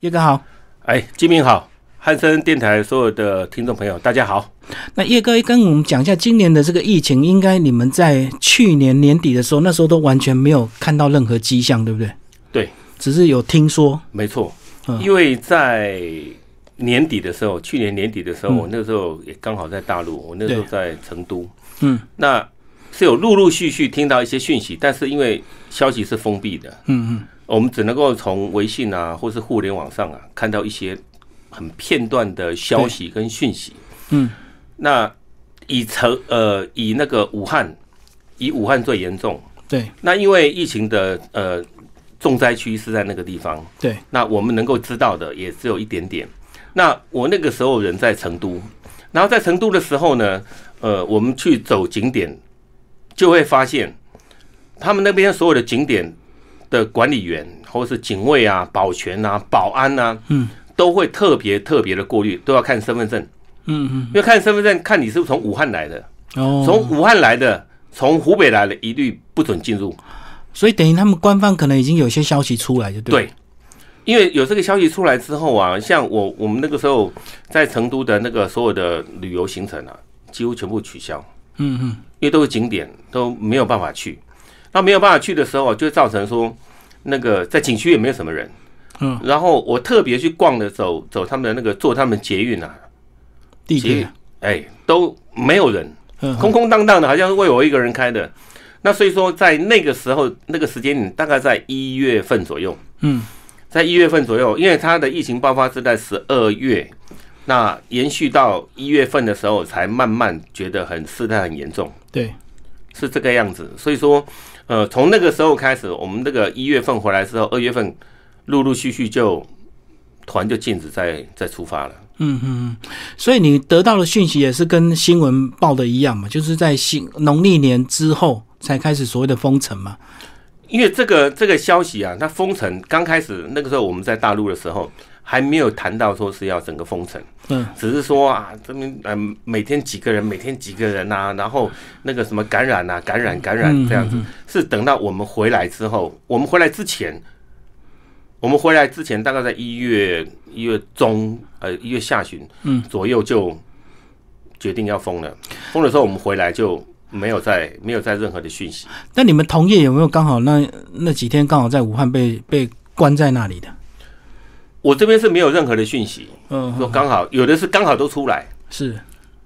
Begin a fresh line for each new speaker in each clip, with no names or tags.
叶哥好，
哎，金明好，汉森电台所有的听众朋友，大家好。
那叶哥跟我们讲一下今年的这个疫情，应该你们在去年年底的时候，那时候都完全没有看到任何迹象，对不对？
对，
只是有听说，
没错，
嗯
因为在年底的时候，去年年底的时候，我那时候也刚好在大陆，我那时候
嗯对
在成都，
嗯
那是有陆陆续续听到一些讯息，但是因为消息是封闭的，
嗯
我们只能够从微信啊，或是互联网上啊，看到一些很片段的消息跟讯息。
嗯
那以成呃以那个武汉，以武汉最严重，
嗯，对
那因为疫情的呃重灾区是在那个地方，
对，
那我们能够知道的也只有一点点。那我那个时候人在成都，然后在成都的时候呢，呃，我们去走景点，就会发现他们那边所有的景点的管理员或是警卫啊、保全啊、保安啊，
嗯，
都会特别特别的过滤，都要看身份证，
嗯
因为看身份证看你是不是从武汉来的，
嗯，哦，
从武汉来的，从湖北来的，一律不准进入。
所以等于他们官方可能已经有些消息出来，就对了，
对，因为有这个消息出来之后啊，像我我们那个时候在成都的那个所有的旅游行程啊，几乎全部取消，
嗯嗯，
因为都是景点都没有办法去。那没有办法去的时候，就会造成说那个在景区也没有什么人。
嗯，
然后我特别去逛的走走他们的那个坐他们捷运啊，
地
捷运
铁，
哎都没有人，
啊嗯，
空空荡荡的，好像是为我一个人开的。那所以说，在那个时候那个时间点，大概在一月份左右，
嗯
在一月份左右，因为它的疫情爆发是在十二月，那延续到一月份的时候，才慢慢觉得很事态很严重，
对，
是这个样子。所以说，呃，从那个时候开始，我们这个一月份回来之后，二月份陆陆续续就团就禁止再再出发了。
嗯嗯，嗯，所以你得到的讯息也是跟新闻报的一样嘛，就是在新农历年之后才开始所谓的封城嘛，
因为这个这个消息啊，它封城刚开始那个时候我们在大陆的时候，还没有谈到说是要整个封城。
嗯
只是说啊，这边嗯、每天几个人，每天几个人呐、然后那个什么感染啊，感染感染
嗯
这样子，是等到我们回来之后，我们回来之前，我们回来之前大概在一月一月中呃一月下旬
嗯
左右就决定要封了，封的时候我们回来就没有再没有再任何的讯息。
那你们同业有没有刚好那那几天刚好在武汉被被关在那里的？
我这边是没有任何的讯息，说
嗯，
刚好有的是刚好都出来，
是，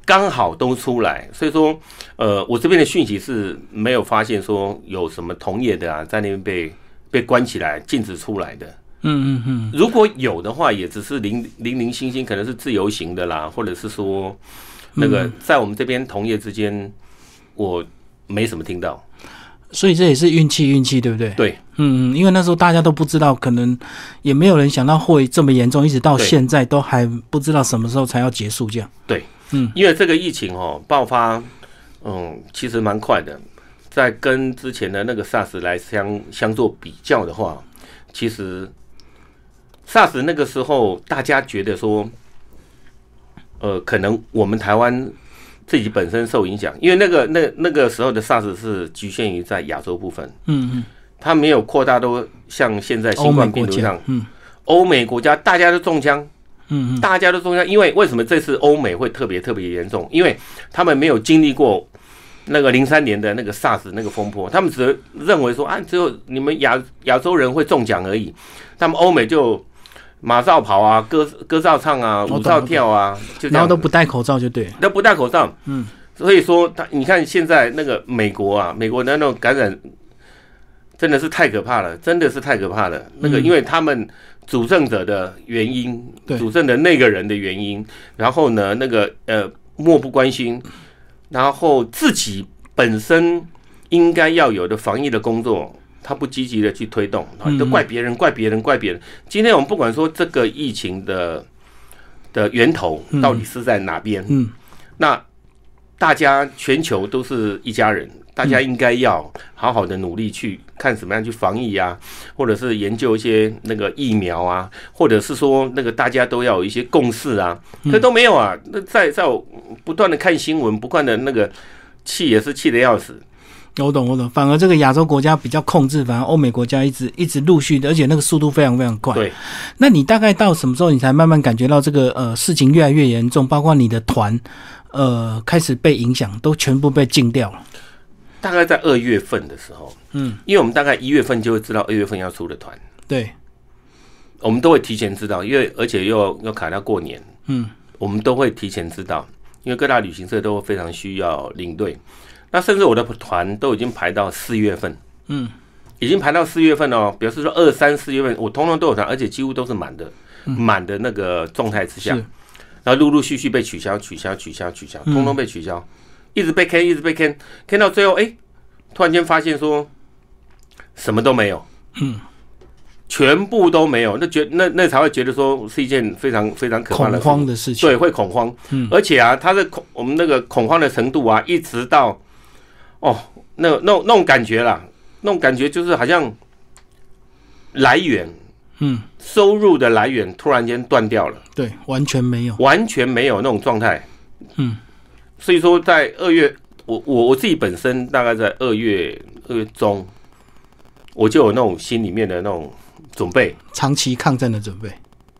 刚好都出来，所以说，呃，我这边的讯息是没有发现说有什么同业的啊，在那边被被关起来、禁止出来的。
嗯嗯嗯，
如果有的话，也只是零零零星星，可能是自由行的啦，或者是说那个在我们这边同业之间，我没什么听到。
所以这也是运气运气，对不对？
对，
嗯嗯，因为那时候大家都不知道，可能也没有人想到会这么严重，一直到
对
现在都还不知道什么时候才要结束这样。
因为这个疫情哦爆发，嗯，其实蛮快的，在跟之前的那个 SARS 来相相做比较的话，其实 SARS 那个时候大家觉得说，呃，可能我们台湾自己本身受影响，因为那个那那个时候的 SARS 是局限于在亚洲部分，
嗯嗯，
它没有扩大到像现在
欧
新
美
冠病
国
毒这
家
样，，
嗯
欧哦美国家大家都中枪。
嗯嗯，
大家都中枪，因为为什么这次欧美会特别特别严重？因为他们没有经历过那个零三年的那个 SARS 那个风波，他们只认为说啊，只有你们亚亚洲人会中奖而已，他们欧美就马照跑啊，歌歌照唱啊，
哦懂
舞照跳啊，就这
然后
样
都不戴口罩就对了。
都不戴口罩，
嗯，
所以说他你看现在那个美国啊，美国的那种感染真的是太可怕了，真的是太可怕了。那个
嗯
因为他们主政者的原因，
对
主政的那个人的原因，然后呢，那个呃漠不关心，然后自己本身应该要有的防疫的工作。他不积极的去推动，啊
嗯
都怪别人，怪别人，怪别人。今天我们不管说这个疫情的的源头
嗯
到底是在哪边，
嗯，
那大家全球都是一家人，大家应该要好好的努力去看怎么样去防疫啊，或者是研究一些那个疫苗啊，或者是说那个大家都要有一些共识啊，
嗯
这都没有啊。那在在我不断的看新闻，不断的那个气也是气得要死。
我懂，我懂。反而这个亚洲国家比较控制，反而欧美国家一直一直陆续的，而且那个速度非常非常快。
对，
那你大概到什么时候，你才慢慢感觉到这个呃事情越来越严重，包括你的团呃开始被影响，都全部被禁掉了。
大概在二月份的时候，
嗯，
因为我们大概一月份就会知道二月份要出的团，
对，
我们都会提前知道，因为而且又又卡到过年，
嗯，
我们都会提前知道，因为各大旅行社都非常需要领队，那甚至我的团都已经排到四月份，
嗯，
已经排到四月份哦，表示说二三四月份我通通都有团，而且几乎都是满的，满的那个状态之下
嗯是，嗯
然后陆陆续续被取消、取消、取消、取消，通通被取消，一直被坑，一直被坑，坑到最后，哎、突然间发现说什么都没有，嗯，全部都没有，那觉那那才会觉得说是一件非常非常可怕
恐
的事情
慌的事情。
对，会恐慌，
嗯
而且啊，他的恐我们那个恐慌的程度啊，一直到哦，那那那种感觉啦，那种感觉就是好像来源
嗯，
收入的来源突然间断掉了。
对，完全没有。
完全没有那种状态。
嗯，
所以说在二月，我我我自己本身大概在二月二月中，我就有那种心里面的那种准备，
长期抗战的准备。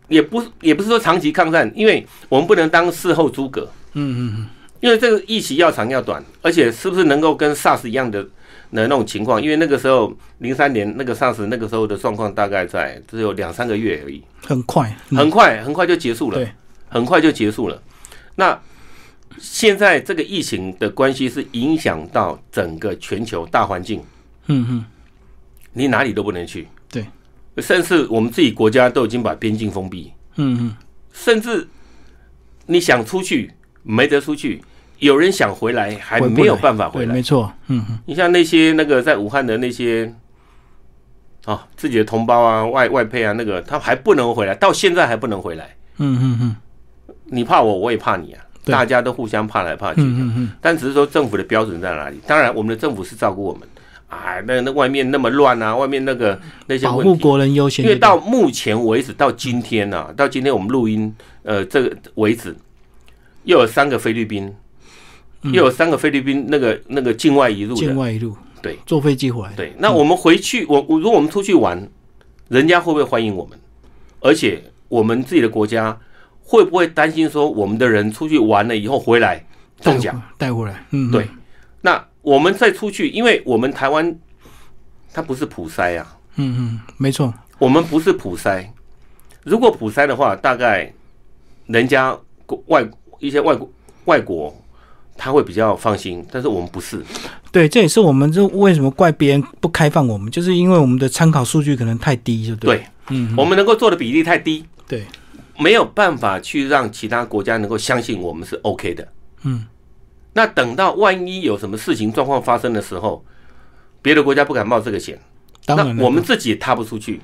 也不也不是说长期抗战，因为我们不能当事后诸葛，
嗯嗯
因为这个疫情要长要短，而且是不是能够跟 SARS 一样的的那种情况？因为那个时候零三年那个 SARS 那个时候的状况大概在只有两三个月而已。
嗯，很快。嗯
很快很快就结束了
对，
很快就结束了。那现在这个疫情的关系是影响到整个全球大环境，
嗯嗯，
你哪里都不能去。
对，
甚至我们自己国家都已经把边境封闭，
嗯嗯，
甚至你想出去没得出去，有人想回来还
回不
没有
来
办法回
对，
来。
没错。嗯嗯，
你像那些那个在武汉的那些。啊、自己的同胞啊，外外配啊，那个他还不能回来，到现在还不能回来。
嗯嗯嗯，
你怕我，我也怕你啊，
对
大家都互相怕来怕去的。
嗯嗯嗯，
但只是说政府的标准在哪里？当然，我们的政府是照顾我们啊，那那外面那么乱啊，外面那个那些
保
问
护
题。啊
国人优先这
因
个。
为到目前为止，到今天呢、啊，到今天我们录音，呃，这个为止，又有三个菲律宾，又有三个菲律宾那个那个境外移入
嗯境
的，
外一路，
对，
坐飞机回来。
对。那我们回去，我我如果我们出去玩，人家会不会欢迎我们？而且我们自己的国家会不会担心说我们的人出去玩了以后回来中奖？
带回来，嗯，
对，那我们再出去，因为我们台湾它不是普筛啊，
嗯嗯，没错，
我们不是普筛。如果普筛的话，大概人家国外一些外国外国他会比较放心，但是我们不是。
对，这也是我们这为什么怪别人不开放我们，就是因为我们的参考数据可能太低，就对，
对，
嗯，
我们能够做的比例太低，
对，
没有办法去让其他国家能够相信我们是 OK 的。
嗯，
那等到万一有什么事情状况发生的时候，别的国家不敢冒这个险。
当然
那
了，
我们自己也踏不出去，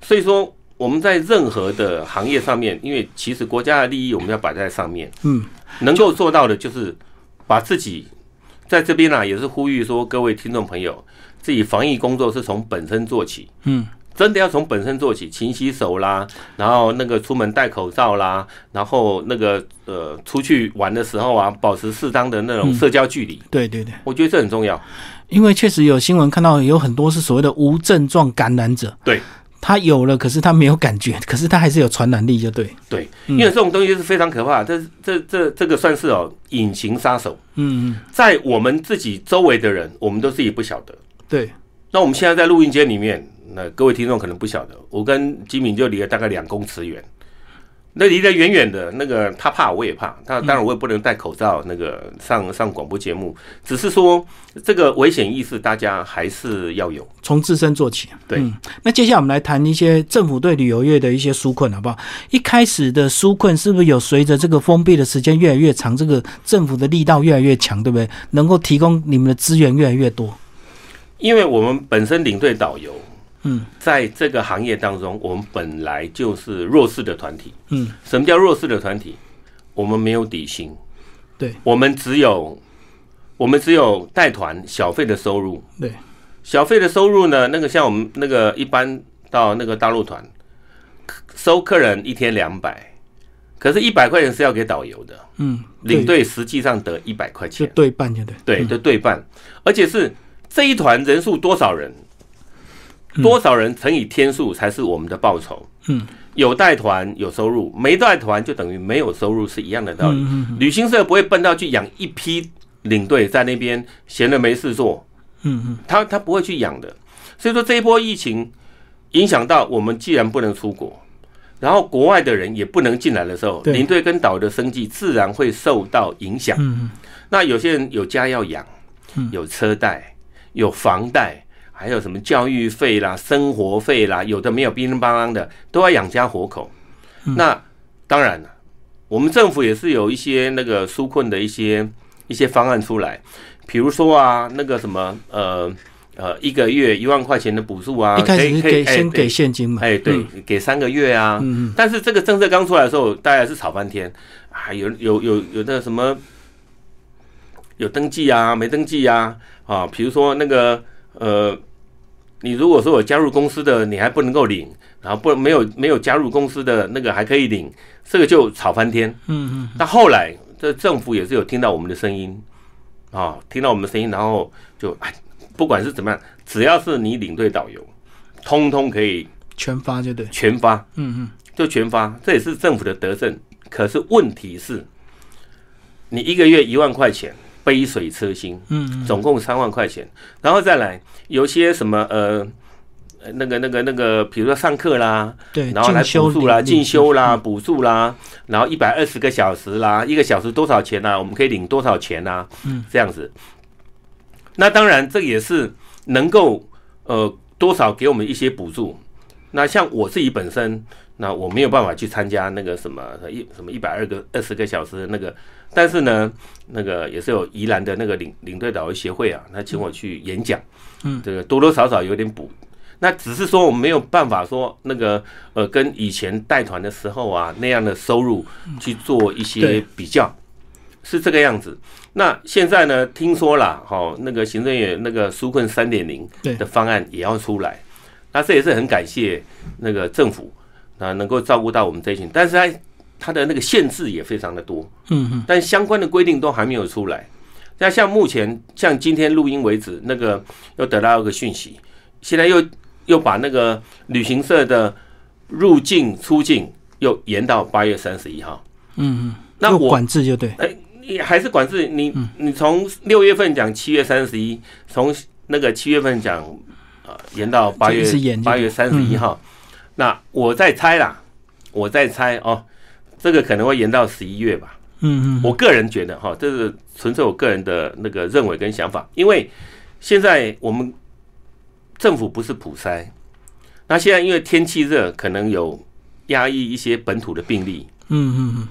所以说我们在任何的行业上面，因为其实国家的利益我们要摆在上面，
嗯，
能够做到的就是把自己在这边呢、也是呼吁说各位听众朋友，自己防疫工作是从本身做起，
嗯，
真的要从本身做起，勤洗手啦，然后那个出门戴口罩啦，然后那个呃出去玩的时候啊，保持适当的那
嗯
种社交距离，
对对对，
我觉得这很重要。
因为确实有新闻看到有很多是所谓的无症状感染者，
对，
他有了，可是他没有感觉，可是他还是有传染力，就对，
对，
嗯
因为这种东西是非常可怕的，这这这这个算是哦隐形杀手，
嗯，嗯，
在我们自己周围的人，我们都自己不晓得。
对，
那我们现在在录音间里面，那各位听众可能不晓得，我跟吉敏就离了大概两公尺远，那离得远远的，那个他怕我也怕，他当然我也不能戴口罩，那个上上广播节目，只是说这个危险意识大家还是要有。
从自身做起。
对
嗯，那接下来我们来谈一些政府对旅游业的一些纾困，好不好？一开始的纾困是不是有随着这个封闭的时间越来越长，这个政府的力道越来越强，对不对？能够提供你们的资源越来越多。
因为我们本身领队导游，
嗯，
在这个行业当中，我们本来就是弱势的团体。
嗯，
什么叫弱势的团体？我们没有底薪，
对，
我们只有我们只有带团小费的收入。
对，
小费的收入呢，那个像我们那个一般到那个大陆团，收客人一天两百，可是一百块钱是要给导游的，
嗯，
领
对
队实际上得一百块
就
钱。
对半就对。
对，就对半，而且是这一团人数多少人，多少人乘以天数才是我们的报酬。
嗯，
有带团有收入，没带团就等于没有收入，是一样的道理。
嗯
旅行社不会笨到去养一批领队在那边闲着没事做，
嗯嗯，
他他不会去养的。所以说这一波疫情影响到我们，既然不能出国，然后国外的人也不能进来的时候，
对
领队跟导游的生计自然会受到影响。
嗯
那有些人有家要养，有车贷，有房贷，还有什么教育费啦、生活费啦，有的没有乒乒乓乓的，都要养家活口。
嗯
那当然了，我们政府也是有一些那个纾困的一些一些方案出来，比如说啊，那个什么呃呃，一个月一万块钱的补助啊，
一开始
可以
是
可以
给
哎
先
对
给现金嘛，
哎，对，给三个月啊。
嗯
但是这个政策刚出来的时候，大家是吵半天啊，有有有有那个什么，有登记啊，没登记啊，啊，比如说那个呃，你如果说有加入公司的，你还不能够领，然后不没有没有加入公司的那个还可以领，这个就吵翻天。
嗯嗯
那后来这政府也是有听到我们的声音啊，听到我们的声音，然后就哎，不管是怎么样，只要是你领队导游，通通可以
嗯，全发就对，
全发。
嗯嗯，
就全发，这也是政府的德政。可是问题是，你一个月一万块钱，杯水车薪，
嗯，
总共三万块钱，然后再来有些什么呃。呃那个、那个、那个，比如说上课啦，
对，
然后来
进修
补助啦、
领
进修啦、补助啦，然后一百二十个小时啦，一个小时多少钱呢、我们可以领多少钱呢、
嗯，
这样子。那当然，这也是能够呃多少给我们一些补助。那像我自己本身，那我没有办法去参加那个什么一什么一百二个二十个小时的那个，但是呢，那个也是有宜兰的那个领领队导游协会啊，他请我去演讲，
嗯
这个多多少少有点补。那只是说我们没有办法说那个呃，跟以前带团的时候啊那样的收入去做一
嗯
些
对
比较，是这个样子。那现在呢，听说啦，哦，那个行政院那个纾困三点零
对
的方案也要出来，那这也是很感谢那个政府啊，能够照顾到我们这一群，但是它它的那个限制也非常的多，
嗯嗯，
但相关的规定都还没有出来。那像目前，像今天录音为止，那个又得到一个讯息，现在又又把那个旅行社的入境、出境又延到八月三十一号。
嗯嗯，
那
又
我
管制就对，
哎，你还是管制你，
嗯
你从六月份讲七月三十一，从那个七月份讲呃延到八月
这一直延就嗯
八月三十一号。那我在猜啦，我在猜哦，这个可能会延到十一月吧。
嗯嗯，
我个人觉得哈，这是纯粹我个人的那个认为跟想法，因为现在我们政府不是普筛，那现在因为天气热，可能有压抑一些本土的病例，
嗯嗯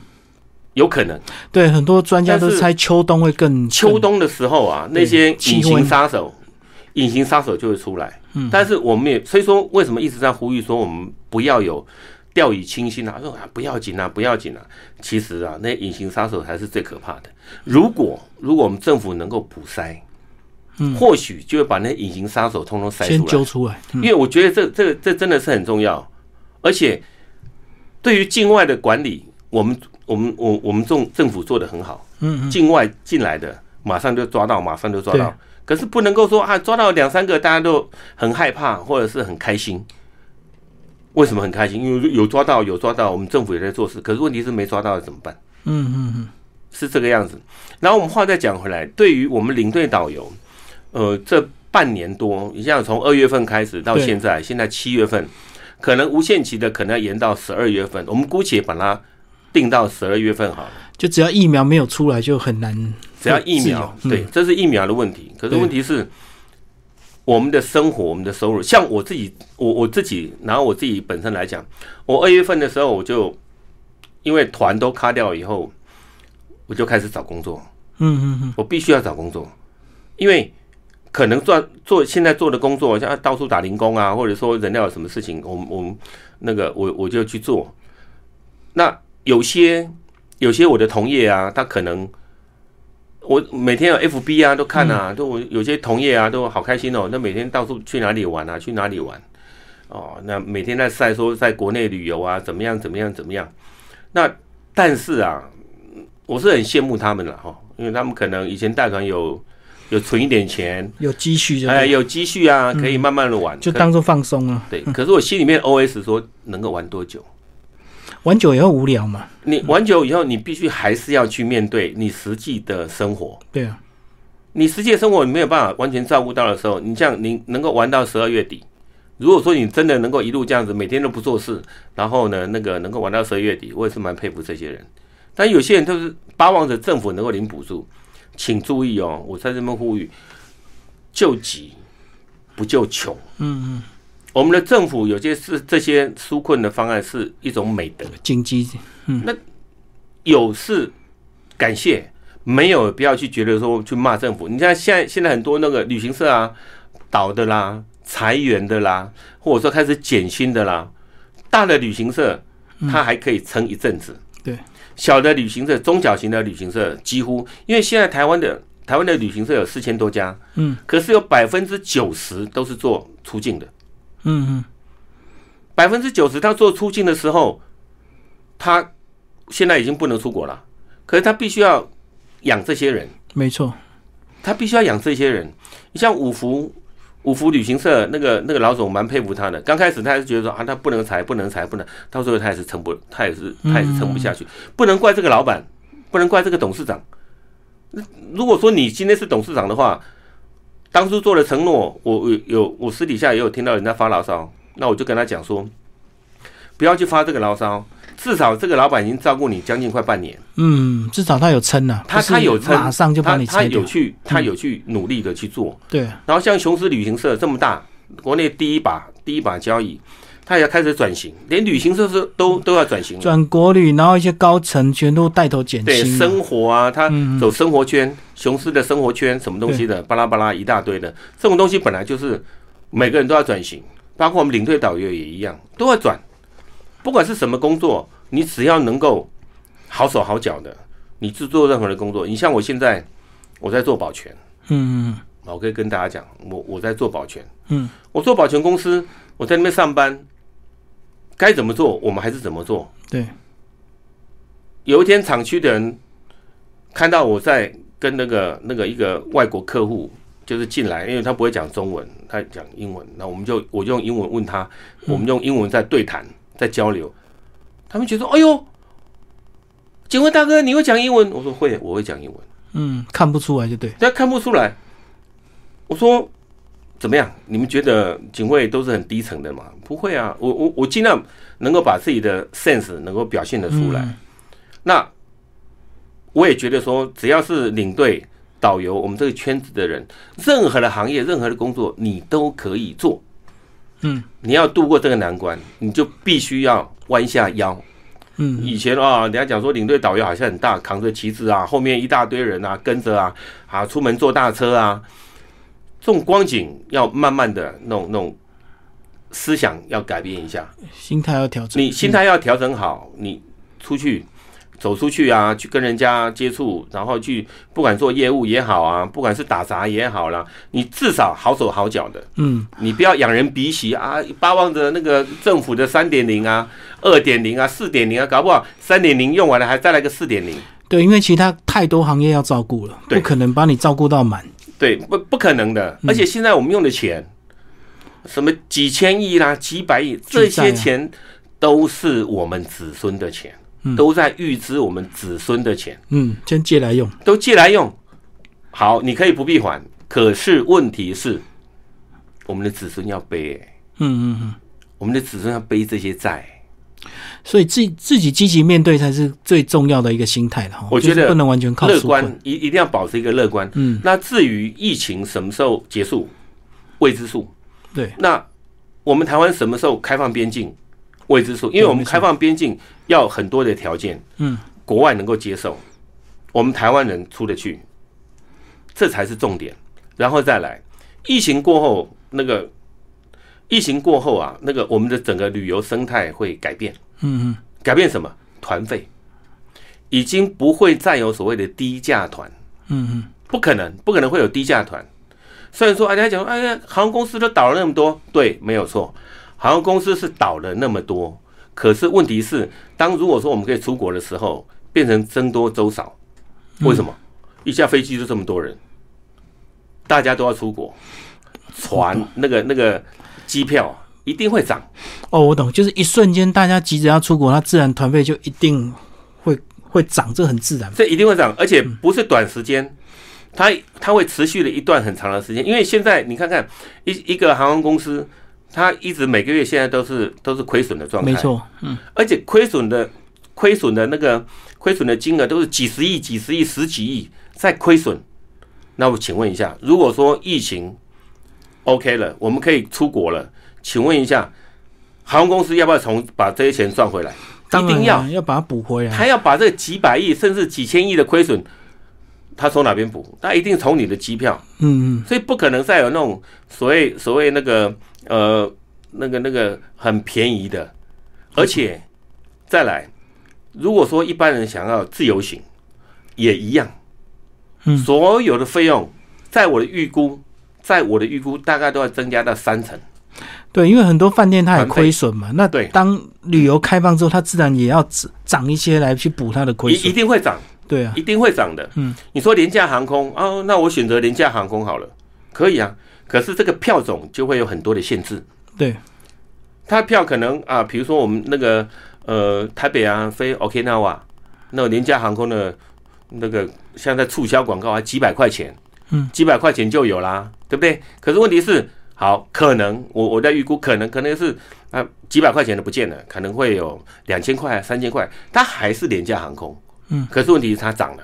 有可能
嗯，对，很多专家都
但是
猜秋冬会更
秋，冬的时候啊，那些
嗯气
隐
温
形杀手，隐形杀手就会出来。
嗯
但是我们也，所以说为什么一直在呼吁说我们不要有掉以轻心啊？说啊不要紧啊，不要紧啊。其实啊，那隐形杀手才是最可怕的。如果如果我们政府能够补塞，
嗯
或许就会把那隐形杀手通通塞
先
出来
揪。出来，嗯
因为我觉得这这这真的是很重要，而且对于境外的管理，我们我们我我们政政府做的很好。
嗯嗯，
境外进来的，马上就抓到，马上就抓
对
到。可是不能够说啊，抓到两三个，大家都很害怕或者是很开心。为什么很开心？因为有抓到，有抓到，我们政府也在做事。可是问题是没抓到的怎么办？
嗯嗯嗯，
是这个样子。然后我们话再讲回来，对于我们领队导游，呃，这半年多，你像从二月份开始到
对
现在，现在七月份，可能无限期的可能要延到十二月份，我们姑且把它定到十二月份好了。
就只要疫苗没有出来，就很难，
只要疫苗，
自由嗯
对，这是疫苗的问题。可是
对
问题是，我们的生活、我们的收入，像我自己，我我自己，拿我自己本身来讲，我二月份的时候，我就因为团都卡掉以后，我就开始找工作，
嗯嗯嗯，
我必须要找工作，因为可能做做现在做的工作，像到处打零工啊，或者说人家有什么事情，我们我们那个我我就去做。那有些有些我的同业啊，他可能我每天有 FB 啊都看啊，都我有些同业啊都好开心哦，那每天到处去哪里玩啊，去哪里玩哦，那每天在晒说在国内旅游啊，怎么样怎么样怎么样。那哦但是啊，我是很羡慕他们了哈，因为他们可能以前带团有有存一点钱，
有积蓄就对
哎，有积蓄啊，可以慢慢的玩。
就
可
当做放松了，
对，可是我心里面 OS 说，能够玩多久？
玩久也会无聊嘛，
你玩久以后，你必须还是要去面对你实际的生活。
对啊，
你实际的生活你没有办法完全照顾到的时候，你这样你能够玩到十二月底。如果说你真的能够一路这样子，每天都不做事，然后呢，那个能够玩到十二月底，我也是蛮佩服这些人。但有些人就是巴望着政府能够领补助，请注意哦，我在这边呼吁，救急不救穷。
嗯嗯，
我们的政府有些是这些纾困的方案是一种美德，
紧急
有是感谢，没有不要去觉得说去骂政府。你看现在现在很多那个旅行社啊倒的啦，裁员的啦，或者说开始减薪的啦，大的旅行社它还可以撑一阵子，
对，
小的旅行社、中小型的旅行社几乎，因为现在台湾的台湾的旅行社有四千多家，
嗯，
可是有百分之九十都是做出境的。
嗯嗯，
百分之九十他做出境的时候，他现在已经不能出国了，可是他必须要养这些人，
没错，
他必须要养这些人。你像五福五福旅行社那个那个老总，蛮佩服他的。刚开始他还是觉得说啊，他不能裁，不能裁，不能，到最后他也是撑不，他也是他也是撑不下
嗯
去。不能怪这个老板，不能怪这个董事长。那如果说你今天是董事长的话，当初做的承诺，我我有我私底下也有听到人家发牢骚，那我就跟他讲说，不要去发这个牢骚，至少这个老板已经照顾你将近快半年。
嗯，至少他有撑了，
他
不是
他有撑
马上就把
他
你嗯
他
拆掉
有，去，他有去努力的去做。
对，
然后像雄狮旅行社这么大，国内第一把第一把交椅，他也要开始转型，连旅行社是都都要嗯转型了。
转国旅，然后一些高层全都带头减
对
薪嘛，
生活啊，他走生活圈，雄狮的生活圈什么东西的，巴拉巴拉一大堆的，这种东西本来就是每个人都要转型，包括我们领队导游也一样，都要转。不管是什么工作，你只要能够好手好脚的，你去做任何的工作。你像我现在我在做保全。
嗯嗯
我可以跟大家讲，我我在做保全，
嗯，
我做保全公司，我在那边上班，该怎么做我们还是怎么
嗯，
做。
对，
有一天厂区的人看到我在跟那个那个一个外国客户就是进来，因为他不会讲中文，他讲英文，那我们就我就用英文问他，我们用英文在对谈，在交流，他们觉得哎呦，警卫大哥你会讲英文？我说会，我会讲英文。
嗯，看不出来就对，
但看不出来。我说怎么样？你们觉得警卫都是很低层的吗？不会啊，我我我尽量能够把自己的 sense 能够表现得出来。
嗯
那我也觉得说，只要是领队、导游，我们这个圈子的人，任何的行业、任何的工作，你都可以做。
嗯，
你要度过这个难关，你就必须要弯下腰，
嗯，
以前啊，人家讲说领队导游好像很大，扛着旗帜啊，后面一大堆人啊，跟着啊，啊，出门坐大车啊，这种光景要慢慢的弄弄，思想要改变一下，
心态要调整，
你心态要调整好，你出去走出去啊，去跟人家接触，然后去不管做业务也好啊，不管是打杂也好啦，你至少好手好脚的，
嗯，
你不要仰人鼻息啊，巴望着那个政府的三点零啊、二点零啊、四点零啊，搞不好三点零用完了还再来个四点零，
对，因为其他太多行业要照顾了，
对
不可能把你照顾到满，
对，不不可能的。而且现在我们用的钱，什么几千亿啦、几百亿，这
巨债啊
些钱都是我们子孙的钱，都在预支我们子孙的钱，
嗯，先借来用，
都借来用。好，你可以不必还，可是问题是，我们的子孙要背、欸，
嗯嗯嗯。
我们的子孙要背这些债、
所以自自己积极面对才是最重要的一个心态了哈。
我觉得
就是不能完全靠
乐
纾困
观，一一定要保持一个乐观。
嗯，
那至于疫情什么时候结束，未知数。
对，
那我们台湾什么时候开放边境，未知数，因为我们开放边境要很多的条件，
嗯，
国外能够接受，我们台湾人出得去，这才是重点。然后再来，疫情过后那个。疫情过后啊，那个我们的整个旅游生态会改变，
嗯嗯，
改变什么？团费已经不会再有所谓的低价团，
嗯嗯，
不可能，不可能会有低价团。虽然说哎大家讲，哎呀，航空公司都倒了那么多，对，没有错，航空公司是倒了那么多。可是问题是，当如果说我们可以出国的时候，变成僧多粥少，为什么？一架飞机就这么多人，大家都要出国，船那个那个机票一定会涨。
哦，我懂，就是一瞬间大家急着要出国，那自然团费就一定会会涨，这很自然。
这一定会涨，而且
嗯
不是短时间，它它会持续了一段很长的时间。因为现在你看看一一个航空公司，它一直每个月现在都是都是亏损的状态，
没，错，嗯，
而且亏损的亏损的那个亏损的金额都是几十亿、几十亿、十几亿在亏损。那我请问一下，如果说疫情 OK 了，我们可以出国了，请问一下，航空公司要不要从把这些钱赚回来？
当
一
然
定要
啊，要把它补回来。
他要把这几百亿甚至几千亿的亏损，他从哪边补？他一定从你的机票，
嗯嗯，
所以不可能再有那种所谓所谓那个呃那个那个很便宜的，而且再来，如果说一般人想要自由行，也一样
嗯，
所有的费用，在我的预估，在我的预估大概都要增加到三成。
对，因为很多饭店它也亏损嘛，那
对
当旅游开放之后，它自然也要涨涨一些来去补它的亏
一一
损。
定会涨，
对啊，
一定会涨的。
嗯，
你说廉价航空哦，那我选择廉价航空好了，可以啊。可是这个票种就会有很多的限制，
对，
它票可能啊，比如说我们那个呃台北啊飞 Okinawa，那廉价航空的那个像在促销广告啊，几百块钱，
嗯，
几百块钱就有啦，对不对？可是问题是，好，可能我我在预估，可能可能是啊几百块钱的不见了，可能会有两千块、啊三千块，它还是廉价航空，
嗯，
可是问题是它涨了。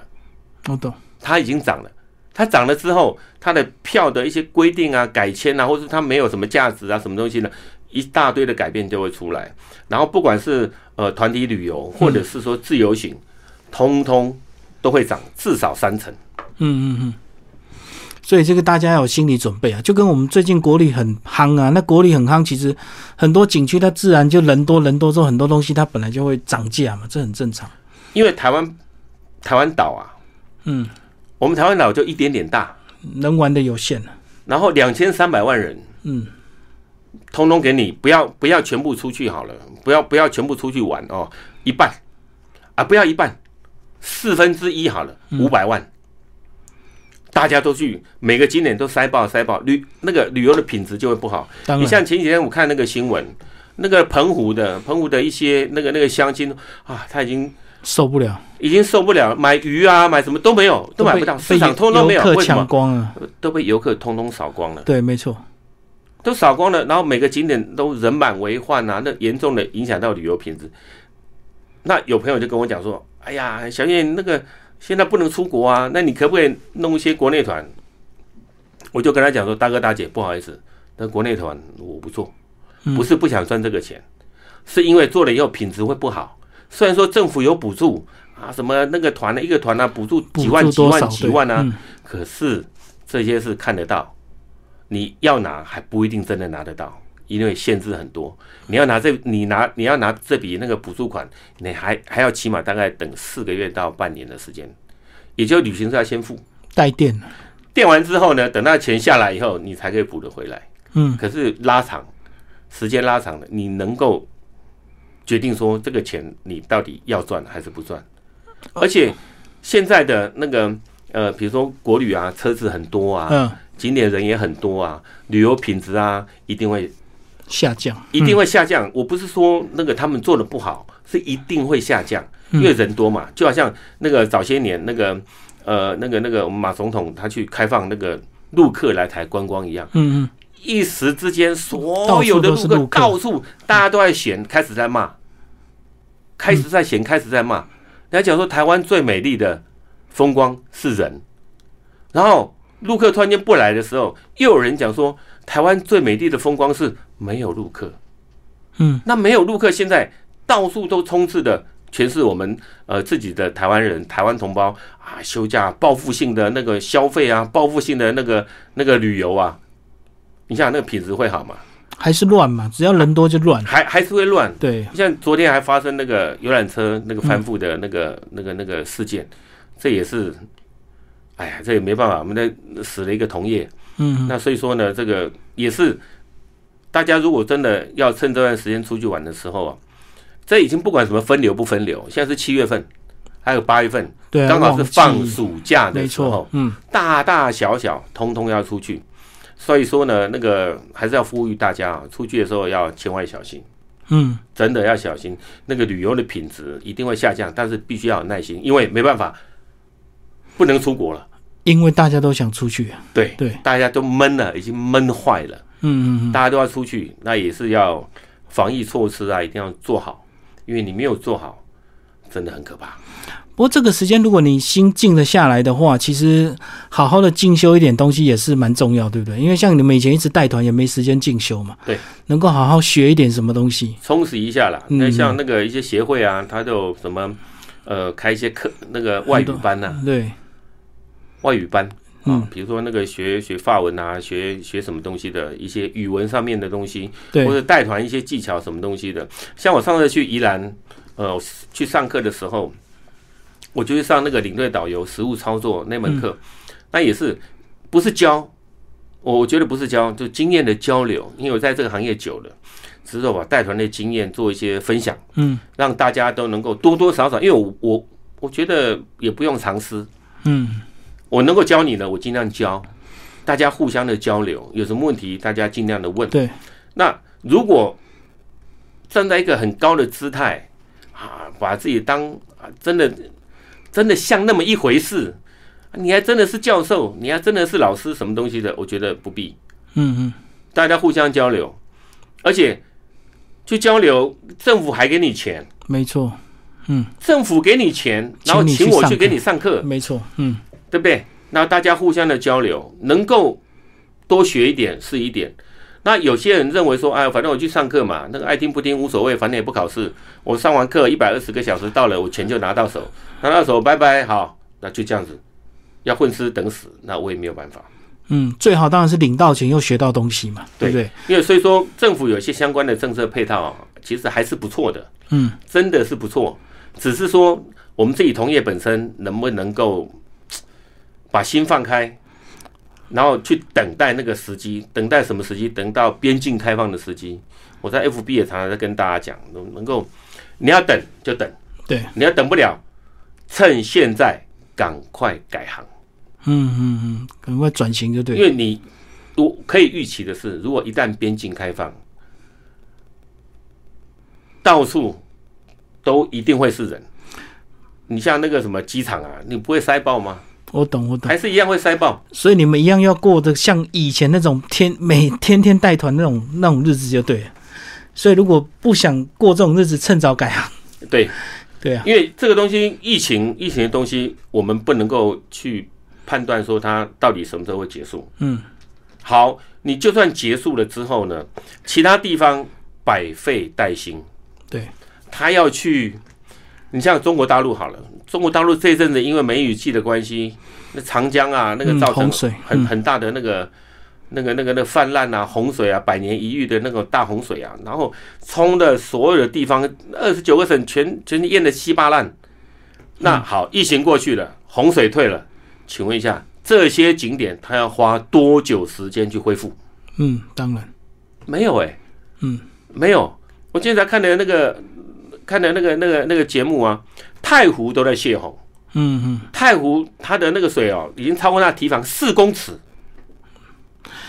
我懂。
它已经涨了。它涨了之后，它的票的一些规定啊、改签啊，或是它没有什么价值啊、什么东西呢，一大堆的改变就会出来。然后不管是呃团体旅游，或者是说自由行，通通都会涨至少三成。
嗯嗯嗯，所以这个大家要有心理准备啊，就跟我们最近国旅很夯啊，那国旅很夯，其实很多景区它自然就人多人多之后，很多东西它本来就会涨价嘛，这很正常。
因为台湾台湾岛啊，
嗯，
我们台湾岛就一点点大，
能玩的有限啊
然后两千三百万人，
嗯，
通通给你，不要不要全部出去好了，不要不要全部出去玩哦，一半啊，不要一半，四分之一好了，
嗯
五百万，大家都去，每个景点都塞爆塞爆，旅那个旅游的品质就会不好。
当
你
然，
像前几天我看那个新闻，那个澎湖的澎湖的一些那个那个乡亲啊，他已经
受不了，
已经受不了，买鱼啊买什么都没有，都买不到，
被
市场
被
通通没有
游，客
为什
抢
么？
光啊，
都被游客通通扫光了。
对，没错，
都扫光了，然后每个景点都人满为患啊，那严重的影响到旅游品质。那有朋友就跟我讲说：“哎呀，小叶，那个现在不能出国啊，那你可不可以弄一些国内团？”我就跟他讲说：“大哥大姐，不好意思，那国内团我不做，
嗯
不是不想赚这个钱，是因为做了以后品质会不好。虽然说政府有补助啊，什么那个团的一个团啊，补助
补
几万、
助
几
多少
万、几万啊，
对嗯
可是这些是看得到，你要拿还不一定真的拿得到，因为限制很多。你要拿这，你拿你要拿这笔那个补助款，你还还要起码大概等四个月到半年的时间，也就旅行社要先付，
带电，
垫完之后呢，等到钱下来以后，你才可以补得回来。
嗯，
可是拉长时间拉长了，你能够决定说这个钱你到底要赚还是不赚？而且现在的那个呃，比如说国旅啊，车子很多啊，
嗯，
景点人也很多啊，旅游品质啊，一定会
下降，
一定会下降。我不是说那个他们做的不好，是一定会下降，因为人多嘛。就好像那个早些年那个呃那个那个我们马总统他去开放那个陆客来台观光一样。
嗯嗯，
一时之间，所有的
到处都是
路
路
客
客
到处大家都在嫌，开始在骂，开始在嫌，开始在骂。人家讲说台湾最美丽的风光是人，然后陆客突然间不来的时候，又有人讲说台湾最美丽的风光是没有陆客。
嗯，
那没有陆客，现在到处都充斥的全是我们呃自己的台湾人、台湾同胞啊，休假报复性的那个消费啊，报复性的那个那个旅游啊。你想那个品质会好吗？
还是乱嘛，只要人多就乱，
还还是会乱。
对，
像昨天还发生那个游览车那个翻覆的那个、那个那个事件，这也是，哎呀，这也没办法，我们的死了一个同业。
嗯嗯
那所以说呢，这个也是大家如果真的要趁这段时间出去玩的时候啊，这已经不管什么分流不分流，现在是七月份，还有八月份，
对啊，
刚好是
旺季
放暑假的
没
时候
错，，嗯，
大大小小通通要出去。所以说呢，那个还是要呼吁大家啊，出去的时候要千万小心，
嗯，
真的要小心。那个旅游的品质一定会下降，但是必须要有耐心，因为没办法，不能出国了。
因为大家都想出去，
对
对，
大家都闷了，已经闷坏了，
嗯嗯嗯，
大家都要出去，那也是要防疫措施啊，一定要做好，因为你没有做好，真的很可怕。
不过这个时间，如果你心静得下来的话，其实好好的进修一点东西也是蛮重要，对不对？因为像你们以前一直带团，也没时间进修嘛。
对，
能够好好学一点什么东西。
充实一下啦。
嗯
那像那个一些协会啊，它都有什么呃开一些课，那个外语班呐、啊
对，
外语班啊
嗯，
比如说那个学学法文啊，学学什么东西的一些语文上面的东西，
对
或，者带团一些技巧什么东西的。像我上次去宜兰，呃，去上课的时候，我就去上那个领队导游实务操作那门课，
嗯
那也是不是教，我我觉得不是教，就经验的交流，因为我在这个行业久了，之后把带团的经验做一些分享，
嗯
让大家都能够多多少少，因为我我我觉得也不用藏私，
嗯，
我能够教你的，我尽量教，大家互相的交流，有什么问题大家尽量的问。
对，
那如果站在一个很高的姿态啊，把自己当啊真的真的像那么一回事，啊你还真的是教授，你还真的是老师什么东西的，我觉得不必，
嗯嗯，
大家互相交流，而且去交流，政府还给你钱，
没错，
政府给你钱，然后
请你去
请我
上
去给
课
你上课，
没错，嗯，
对不对？那大家互相的交流，能够多学一点是一点。那有些人认为说，哎，反正我去上课嘛，那个爱听不听无所谓，反正也不考试。我上完课一百二十个小时到了，我钱就拿到手，拿到手拜拜，好，那就这样子，要混吃等死，那我也没有办法。
嗯，最好当然是领到钱又学到东西嘛，对不对？
因为所以说，政府有一些相关的政策配套啊，其实还是不错的，
嗯，
真的是不错。只是说我们自己同业本身能不能够嘖把心放开，然后去等待那个时机，等待什么时机？等到边境开放的时机。我在 FB 也常常在跟大家讲，能能够你要等就等，
对，
你要等不了，趁现在赶快改行。
嗯嗯嗯，赶快转型就对
因
了。
为你我可以预期的是，如果一旦边境开放，到处都一定会是人。你像那个什么机场啊，你不会塞爆吗？
我懂，我懂。
还是一样会塞爆？
所以你们一样要过得像以前那种天每天天带团那种那种日子就对了。所以如果不想过这种日子，趁早改行。
对，
对啊，
因为这个东西，疫情疫情的东西，我们不能够去判断说它到底什么时候会结束。
嗯，
好，你就算结束了之后呢，其他地方百废待兴。
对，
他要去，你像中国大陆好了，中国大陆这一阵子因为梅雨季的关系，那长江啊，那个
嗯
造成
洪水
很
嗯
很大的那个。那个、那个、那个泛滥啊，洪水啊，百年一遇的那种大洪水啊，然后冲的所有的地方，二十九个省全全淹的稀巴烂。那好，疫情过去了，洪水退了，请问一下，这些景点它要花多久时间去恢复？
嗯，当然，
没有哎、
嗯，
没有。我今天才看的那个看的那个那个那个节目啊，太湖都在泄洪，
嗯嗯，
太湖它的那个水哦，已经超过那堤防四公尺，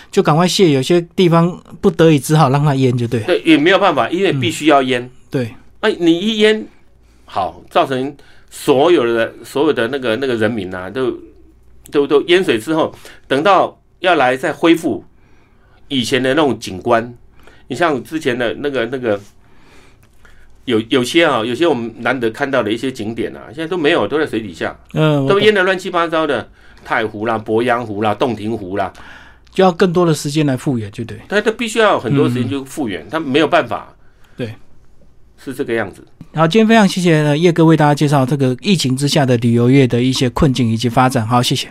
就赶快卸，有些地方不得已只好让它淹就对了。
对，也没有办法，因为必须要淹。
对，
哎，你一淹，好，造成所有的所有的那个那个人民呐、都都都淹水之后，等到要来再恢复以前的那种景观，你像之前的那个那个。有有些啊，有些我们难得看到的一些景点啊，现在都没有，都在水底下，
嗯、我
都
懂
淹得乱七八糟的，太湖啦、鄱阳湖啦、洞庭湖啦，
就要更多的时间来复原，就对。
它它必须要有很多时间去复原，它没有办法。
嗯对，
是这个样子。
好，今天非常谢谢呃叶哥为大家介绍这个疫情之下的旅游业的一些困境以及发展。好，谢谢。